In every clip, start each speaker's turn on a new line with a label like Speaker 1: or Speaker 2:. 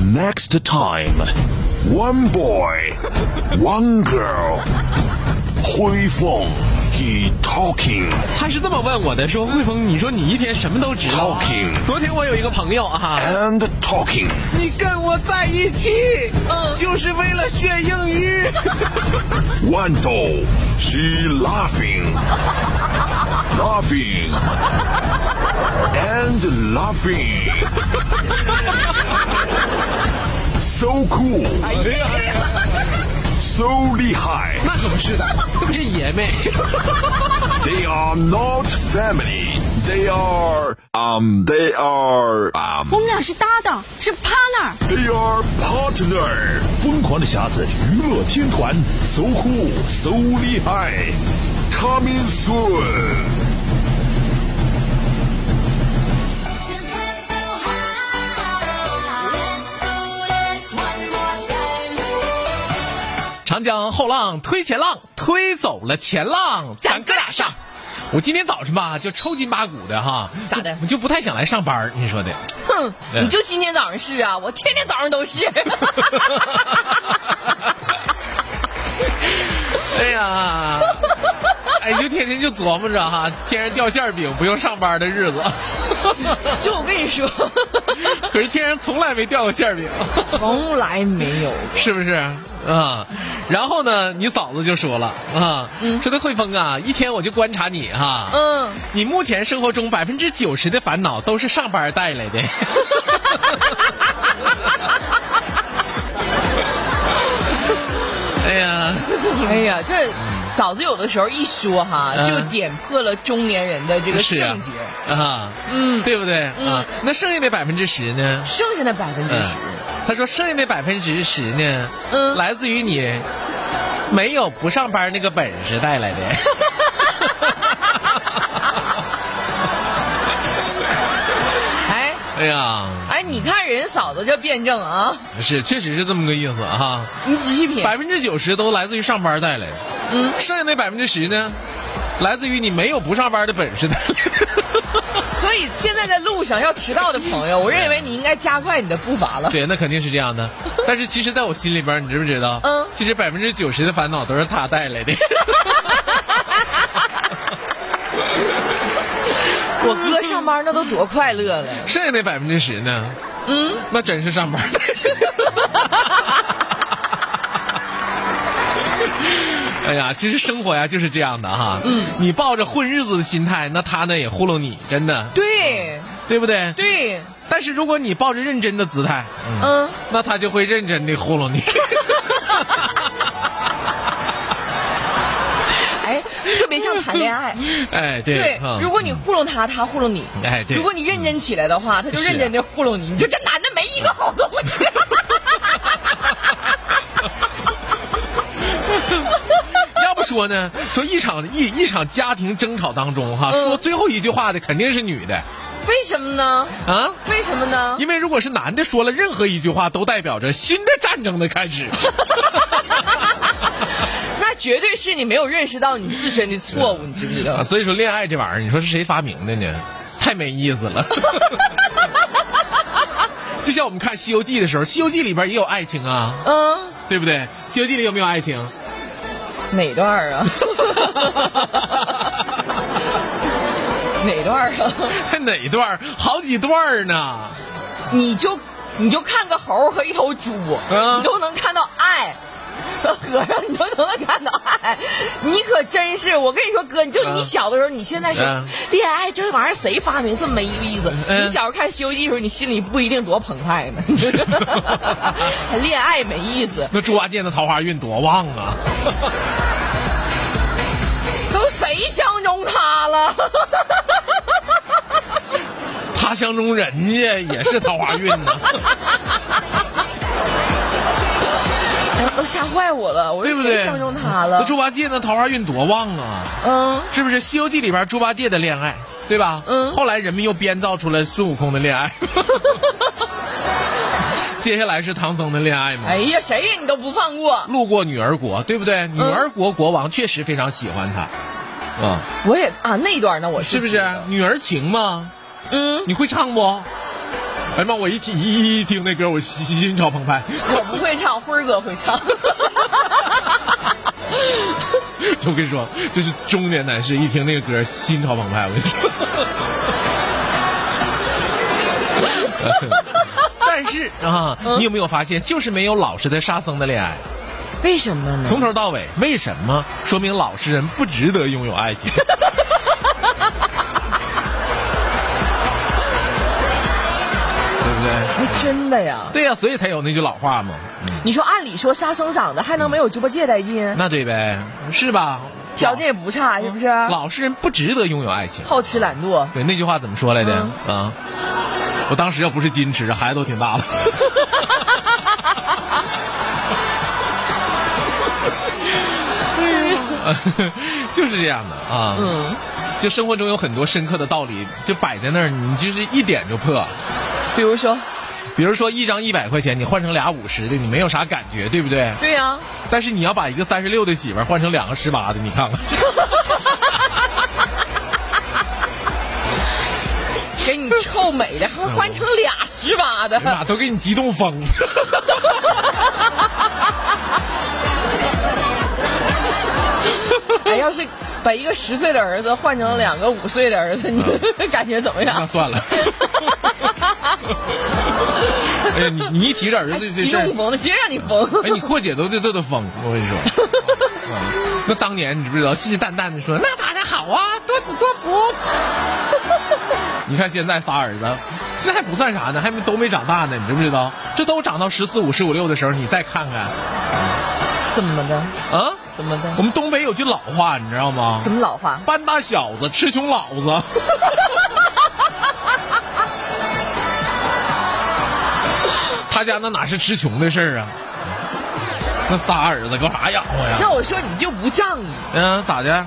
Speaker 1: Next time, one boy, one girl. 辉凤，he talking
Speaker 2: 他是这么问我的，说汇丰，你说你一天什么都知道啊、
Speaker 1: Talking
Speaker 2: 昨天我有一个朋友啊，
Speaker 1: and talking。
Speaker 3: 你跟我在一起，嗯，就是为了学英语。
Speaker 1: Wando, she laughing, laughing, and laughing. So cool,
Speaker 2: 哎呀，
Speaker 1: so 厉害。
Speaker 2: 那可不是的， 这不是爷们。
Speaker 1: They are not family. They are um. They are um.
Speaker 4: 我们俩是搭档，是 partner。
Speaker 1: They are partner. 疯狂的匣子娱乐天团，so cool, so 厉害。Coming soon.
Speaker 5: Cause we're so high. Let's do this one more time.
Speaker 2: 长江后浪推前浪，推走了前浪，咱哥俩上。我今天早上吧，就抽筋扒骨的哈，
Speaker 6: 咋的
Speaker 2: 我就不太想来上班儿你说的，
Speaker 6: 哼，
Speaker 2: 嗯
Speaker 6: 你就今天早上是啊，我天天早上都是。
Speaker 2: 哎呀，哎，就天天就琢磨着哈，天上掉馅儿饼不用上班的日子，
Speaker 6: 就我跟你说，
Speaker 2: 可是天上从来没掉过馅儿饼，
Speaker 6: 从来没有。
Speaker 2: 是不是？啊、然后呢，你嫂子就说了啊，说的慧峰啊，一天我就观察你哈、
Speaker 6: 嗯，
Speaker 2: 你目前生活中百分之九十的烦恼都是上班带来的。 哎呀，
Speaker 6: 哎呀，这嫂子有的时候一说哈，
Speaker 2: 嗯
Speaker 6: 就点破了中年人的这个
Speaker 2: 是啊
Speaker 6: 症结。，
Speaker 2: 啊，嗯，对不对啊？那剩下的百分之十呢？
Speaker 6: 剩下的百分之
Speaker 2: 嗯
Speaker 6: 十，，
Speaker 2: 他说剩下的百分之十呢，
Speaker 6: 嗯
Speaker 2: 来自于你没有不上班那个本事带 来的。
Speaker 6: 哎
Speaker 2: 哎呀，
Speaker 6: 哎，你看人嫂子这辩证啊，
Speaker 2: 是，确实是这么个意思啊。
Speaker 6: 你仔细品，
Speaker 2: 百分之九十都来自于上班带来的，嗯，剩下那百分之十呢，来自于你没有不上班的本 事带来的。
Speaker 6: 所以现在在路上要迟到的朋友，我认为你应该加快你的步伐了。
Speaker 2: 嗯对，那肯定是这样的。但是其实，在我心里边，你知不知道？
Speaker 6: 嗯
Speaker 2: 其实百分之九十的烦恼都是他带来 的。
Speaker 6: 我哥上班那都多快乐了，
Speaker 2: 剩下那百分之十呢？嗯，那真是上班儿。 哎呀，其实生活呀就是这样的哈。嗯，你抱着混日子的心态，那他呢也糊弄你，真的，
Speaker 6: 对
Speaker 2: 对不对？。
Speaker 6: 对，
Speaker 2: 但是如果你抱着认真的姿态，
Speaker 6: 嗯，
Speaker 2: 那他就会认真的糊 弄你。
Speaker 6: 哎，特别像谈 恋爱。
Speaker 2: 哎，
Speaker 6: 对，
Speaker 2: 嗯
Speaker 6: 如果你糊弄他，他糊弄你。
Speaker 2: 哎对嗯啊
Speaker 6: 如果你认真起来的话，他就认真的糊弄你。你说这男的没一个好东西。
Speaker 2: 要不说呢，说一场一一场家庭争吵当中哈，
Speaker 6: 嗯
Speaker 2: 说最后一句话的肯定是女的
Speaker 6: 为什么呢？
Speaker 2: 啊。
Speaker 6: 为什么呢？
Speaker 2: 因为如果是男的说了任何一句话，都代表着新的战争的开 始。
Speaker 6: 那绝对是你没有认识到你自身的错误，你知不知
Speaker 2: 啊，
Speaker 6: 道？
Speaker 2: 所以说恋爱这玩意儿，你说是谁发明的 呢？太没意思了。 就像我们看《西游记》的时候，《西游记》里边也有爱情啊，
Speaker 6: 嗯，
Speaker 2: 对不对？《西游记》里有没有爱情？
Speaker 6: 哪段儿啊？哪段儿啊？
Speaker 2: 哪段儿？好几段儿呢？
Speaker 6: 你就你就看个猴儿和一头猪，
Speaker 2: 嗯
Speaker 6: 你都能看到爱。 和和尚，你都能看到爱，你可真是！我跟你说，哥，你就
Speaker 2: 嗯
Speaker 6: 你小的时候，你现在说
Speaker 2: 嗯
Speaker 6: 恋爱这玩意儿谁发明这么没意思？
Speaker 2: 嗯
Speaker 6: 你小时候看《西游记》的时候，你心里不一定多澎湃呢。 还恋爱没意思，
Speaker 2: 那猪八戒那桃花运多旺啊！
Speaker 6: 都谁相中他了？
Speaker 2: 他相中人家也是桃花运呢，
Speaker 6: 都吓坏我了！ 我
Speaker 2: 对
Speaker 6: 说
Speaker 2: 不对？
Speaker 6: 谁相中他了
Speaker 2: 那？猪八戒那桃花运多旺啊！
Speaker 6: 嗯，
Speaker 2: 是不是《西游记》里边猪八戒的恋爱，对吧？
Speaker 6: 嗯
Speaker 2: 后来人们又编造出了孙悟空的恋 爱，接下来是唐僧的恋爱嘛？
Speaker 6: 哎嗯呀，谁呀？你都不放过，
Speaker 2: 路过女儿国，对不对？女儿国国王确实非常喜欢他，啊、
Speaker 6: 我也啊那段呢，我
Speaker 2: 是不
Speaker 6: 记
Speaker 2: 是
Speaker 6: 得？
Speaker 2: 女儿情嘛？
Speaker 6: 嗯，
Speaker 2: 你会唱不？哎妈，我一听一一听那歌，我心心潮澎湃，
Speaker 6: 我不会唱，辉儿哥会 唱。
Speaker 2: 就我跟你说，就是中年男士一听那个歌，心潮澎湃。我跟你说， 但是啊，你有没有发现，就是没有老实的沙僧的恋爱，
Speaker 6: 为什么呢？
Speaker 2: 从头到尾，为什么？说明老实人不值得拥有爱 情。对不对？
Speaker 6: 哎，真的呀！
Speaker 2: 对呀、所以才有那句老话嘛。
Speaker 6: 你说按理说杀生长的还能没有猪八戒带劲？
Speaker 2: 那对呗，是吧？
Speaker 6: 条件也啊不差，是不是？
Speaker 2: 老实人不值得拥有爱情。
Speaker 6: 好吃懒惰，
Speaker 2: 对，那句话怎么说来的、啊？我当时要不是矜持，孩子都挺大了。 就是这样的啊，
Speaker 6: 嗯，
Speaker 2: 就生活中有很多深刻的道理，就摆在那儿，你就是一点就破。
Speaker 6: 比如说，
Speaker 2: 比如说一张一百块钱，你换成俩五十的，你没有啥感觉，对不对？
Speaker 6: 对呀、
Speaker 2: 但是你要把一个三十六的媳妇儿换成两个十八的，你看看，
Speaker 6: 给你臭美 的，还换成俩十八
Speaker 2: 哎呀
Speaker 6: 的，
Speaker 2: 妈，都给你激动疯了。
Speaker 6: 哎，要是把一个十岁的儿子换成两个五岁的儿子，你 感觉怎么
Speaker 2: 那
Speaker 6: 样？
Speaker 2: 算 了。哎呀，你你一提这儿子这
Speaker 6: 你
Speaker 2: 事儿
Speaker 6: 用，疯的，直接让你疯。
Speaker 2: 哎，你过节都得都得疯，我跟你说。嗯那当年你知不知道，信誓旦旦的说那咋的好啊，多子多福。你看现在仨儿子，现在还不算啥呢，还没都没长大呢，你知不知道？这都长到十四五、十五六的时候，你再看看
Speaker 6: 怎么的？
Speaker 2: 啊。
Speaker 6: 怎么的？
Speaker 2: 我们东北有句老话，你知道吗？
Speaker 6: 什么老话？
Speaker 2: 搬大小子，吃穷老子。他家那哪是吃穷的事儿啊？那仨儿子搞啥养活呀？
Speaker 6: 要我说你就不仗义，
Speaker 2: 嗯，咋的？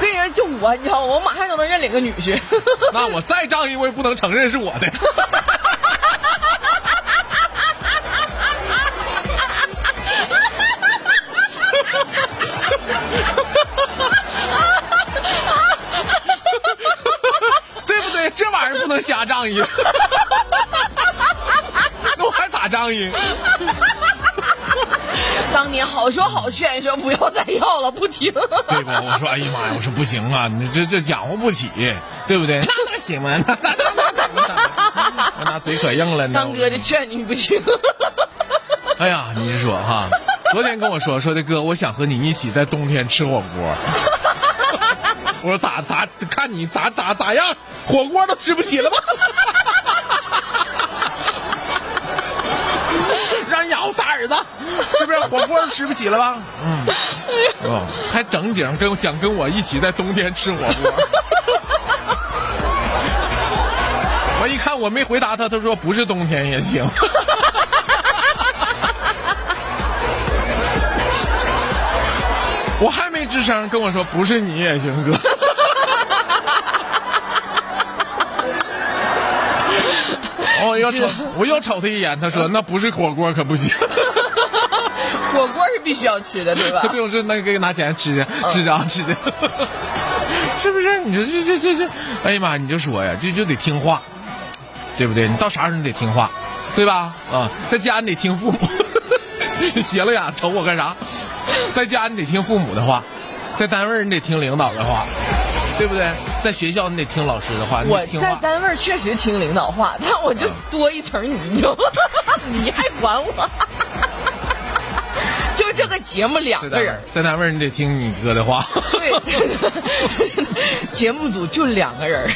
Speaker 6: 跟人就我，你知道吗我马上就能认领个女 婿。
Speaker 2: 那我再仗义，我也不能承认是我的。对不对？这玩意儿不能瞎仗义。那我还咋仗义？
Speaker 6: 当年好说好劝说不要再要了，不 听。
Speaker 2: 对吧？我说，哎呀妈呀，我说不行啊，你这这养活不起，对不对？那哪行啊？那那那那那，我那嘴可硬了呢。
Speaker 6: 当哥的劝你不 听，
Speaker 2: 哎呀，你是说哈，昨天跟我说说的哥，我想和你一起在冬天吃火锅。我说咋咋看你咋咋咋样，火锅都吃不起了吧？ 让人养活仨儿子，是不是火锅都吃不起了吧？嗯，哦，还整景跟想跟我一起在冬天吃火锅。 我一看我没回答他，他说不是冬天也行。我还没吱声，跟我说不是你也行，哥。哦，要瞅我又瞅他一眼，他说那不是火锅可不行。
Speaker 6: 火锅是必须要吃的，对吧
Speaker 2: 他？对我说那给拿钱吃着
Speaker 6: 嗯
Speaker 2: 吃着啊吃着， 是不是？你说这这这这，哎呀妈，你就说呀，就就得听话，对不对？你到啥时候你得听话，对吧？啊，在家你得听父母， 斜了眼瞅我干啥？在家你得听父母的话，在单位你得听领导的话，对不对？在学校你得听老师的话，你
Speaker 6: 我
Speaker 2: 得听
Speaker 6: 在
Speaker 2: 话。
Speaker 6: 单位确实听领导话，但我就多一层你，你知道吗？ 你还管我？就这个节目两
Speaker 2: 在
Speaker 6: 个
Speaker 2: 单位
Speaker 6: 人，，
Speaker 2: 在单位你得听你哥的话。
Speaker 6: 对，节目组就两个人，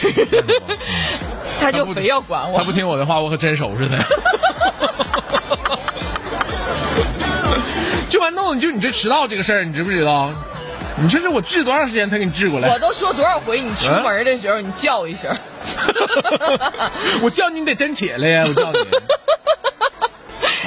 Speaker 6: 他就非要管
Speaker 2: 嗯他
Speaker 6: 我
Speaker 2: 不。听我的话，我可真收拾他。就完犊子，就你这迟到这个事儿，你知不知道？你这是我治多长时间才给你治过
Speaker 6: 我
Speaker 2: 来？
Speaker 6: 都说多少回，你出门的时候你叫一声，
Speaker 2: 我叫你你得真起来呀！我叫你。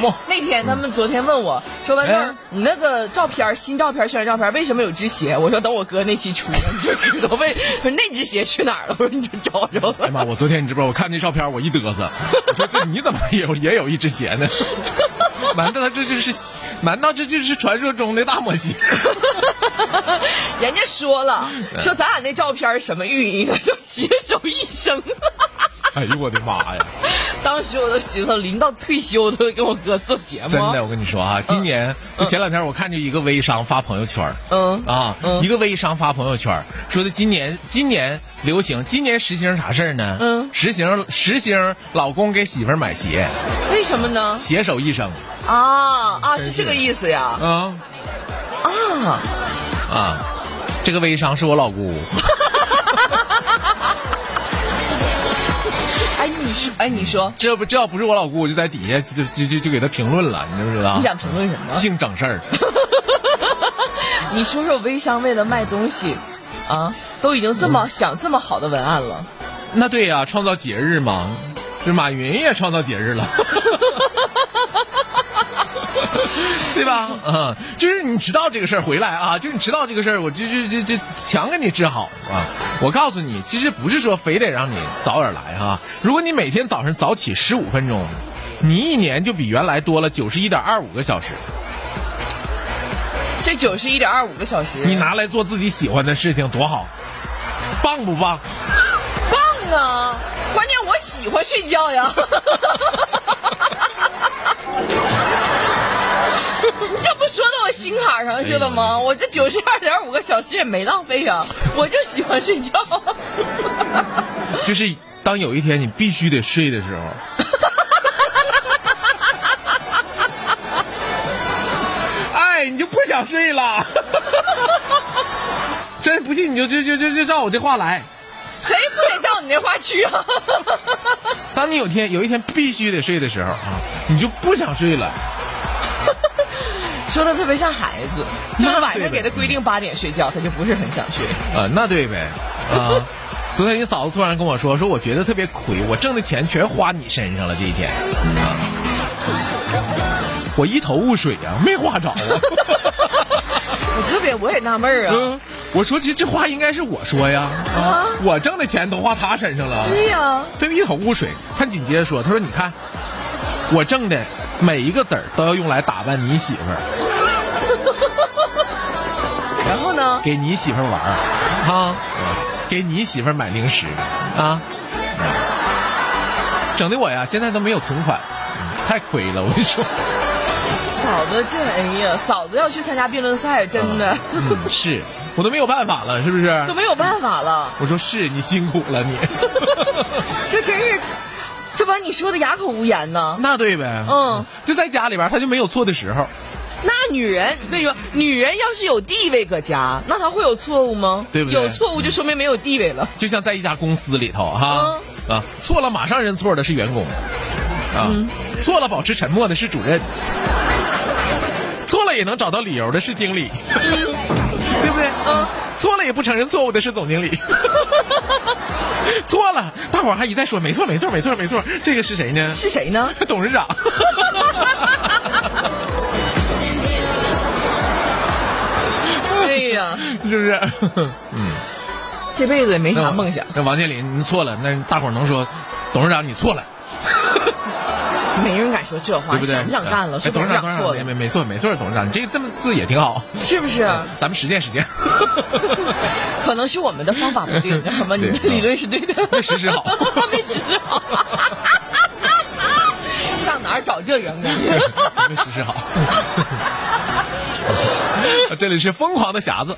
Speaker 2: 哇，
Speaker 6: 那天他们昨天问我说：“豌豆儿
Speaker 2: 嗯，
Speaker 6: 你那个照片儿新照片儿宣传照片儿为什么有只鞋？”我说：“等我哥那期出，你就知道为。”我说：“那只鞋去哪儿了？”我说：“你就找找
Speaker 2: 哎呀
Speaker 6: 吧。
Speaker 2: 妈！我昨天你知不知道？我看那照片，我一嘚瑟。我说这你怎么也有也有一只鞋呢？难道这就是？难道这就是传说中的大摩鞋？”
Speaker 6: 人
Speaker 2: 嗯
Speaker 6: 家说了，说咱俩那照片儿什么寓意呢？说携手一生。
Speaker 2: 哎呦我的妈呀！
Speaker 6: 当时我都寻思，临到退休都得跟我哥做节目。
Speaker 2: 真的，我跟你说
Speaker 6: 嗯
Speaker 2: 啊，今年就前两天我看见一个微商发朋友圈儿，
Speaker 6: 嗯
Speaker 2: 啊，一个微商发朋友圈儿说的今年今年流行，今年实行啥事儿呢？
Speaker 6: 嗯
Speaker 2: 实行实行老公给媳妇儿买鞋，
Speaker 6: 为什么呢？
Speaker 2: 携手一生
Speaker 6: 啊啊，
Speaker 2: 真
Speaker 6: 是
Speaker 2: 是
Speaker 6: 这个意思呀！
Speaker 2: 啊
Speaker 6: 啊，
Speaker 2: 啊，这个微商是我老姑，
Speaker 6: 哎，你说，哎，你说，
Speaker 2: 这不这要不是我老姑，我就在底下就就就就给她评论了，你知不知道
Speaker 6: 你？想评论什么？
Speaker 2: 净整事儿，
Speaker 6: 你说说微商为了卖东西，啊，都已经这么想这么好的文案了，
Speaker 2: 那对呀、创造节日嘛，这马云也创造节日了， 对吧？嗯，就是你知道这个事儿回来啊，就是你知道这个事儿，我就就就就强给你治好啊。我告诉你，其实不是说非得让你早点来哈、如果你每天早上早起十五分钟，你一年就比原来多了九十一点二五个小时，
Speaker 6: 这九十一点二五个小时，
Speaker 2: 你拿来做自己喜欢的事情多好，棒不棒？
Speaker 6: 棒啊！关键我喜欢睡觉呀。 你这不说到我心坎儿上去了吗？我这九十二点五个小时也没浪费啊，我就喜欢睡觉。
Speaker 2: 就是当有一天你必须得睡的时候，哎，你就不想睡了。真不信你就就就就就照我这话来。
Speaker 6: 谁不得照你那话去啊？
Speaker 2: 当你有天有一天必须得睡的时候啊，你就不想睡了。
Speaker 6: 说的特别像孩 子，就是晚
Speaker 2: 对
Speaker 6: 上
Speaker 2: 呗
Speaker 6: 给他规定八点睡觉，他就不是很想睡。
Speaker 2: 啊，那对呗。啊，昨天你嫂子突然跟我说，说我觉得特别亏，我挣的钱全花你身上了这一天。啊，我一头雾水啊，没花着啊。
Speaker 6: 我特别我也纳闷儿啊，
Speaker 2: 嗯，我说其实这话应该是我说呀，啊，我挣的钱都花他身上了，
Speaker 6: 对哎呀、
Speaker 2: 对一头雾水。他紧接着说，他说你看，我挣的每一个子儿都要用来打扮你媳妇儿，
Speaker 6: 然后呢？
Speaker 2: 给你媳妇儿玩儿，啊，给你媳妇儿买零食，啊，整的我呀现在都没有存款，嗯太亏了，我跟你说，
Speaker 6: 嫂子这哎呀，嫂子要去参加辩论赛，真的、
Speaker 2: 嗯，是我都没有办法了，是不是
Speaker 6: 都？没有办法了。
Speaker 2: 我说是你辛苦了 你，
Speaker 6: 这真是，这把你说的哑口无言呢。
Speaker 2: 那对呗，
Speaker 6: 嗯，
Speaker 2: 就在家里边儿他就没有错的时候。
Speaker 6: 那女人，我跟你说，女人要是有地位搁家，那她会有错误吗？
Speaker 2: 对不对
Speaker 6: 有错误就说明没有地位了。
Speaker 2: 就像在一家公司里头哈、
Speaker 6: 嗯
Speaker 2: 啊，错了马上认错的是员工，啊，错了保持沉默的是主任，错了也能找到理由的是经理，对不对？
Speaker 6: 嗯，
Speaker 2: 错了也不承认错误的是总 经理，错了，大伙儿还一再说没错没错没错没错，这个是谁呢？
Speaker 6: 是 谁呢？
Speaker 2: 董事长。
Speaker 6: 对哎呀，
Speaker 2: 是不是？
Speaker 6: 这辈子也没啥梦想，
Speaker 2: 那王健林，你错了，那大伙儿能说，董事长你错了，
Speaker 6: 没人敢说这话，
Speaker 2: 对不对？
Speaker 6: 想不想干了？
Speaker 2: 哎
Speaker 6: 说
Speaker 2: 董事长，董
Speaker 6: 长
Speaker 2: 事
Speaker 6: 错
Speaker 2: 长，
Speaker 6: 了
Speaker 2: 没，没没错没错，董事长，你这个这么做也挺好。
Speaker 6: 是不是？
Speaker 2: 咱们实践实践，
Speaker 6: 可能是我们的方法不对，你知道吗？你
Speaker 2: 对嗯
Speaker 6: 的理论是对的，
Speaker 2: 没实施好
Speaker 6: 没实施好。 上哪儿找这员工？
Speaker 2: 没实施好。这里是疯狂的匣子，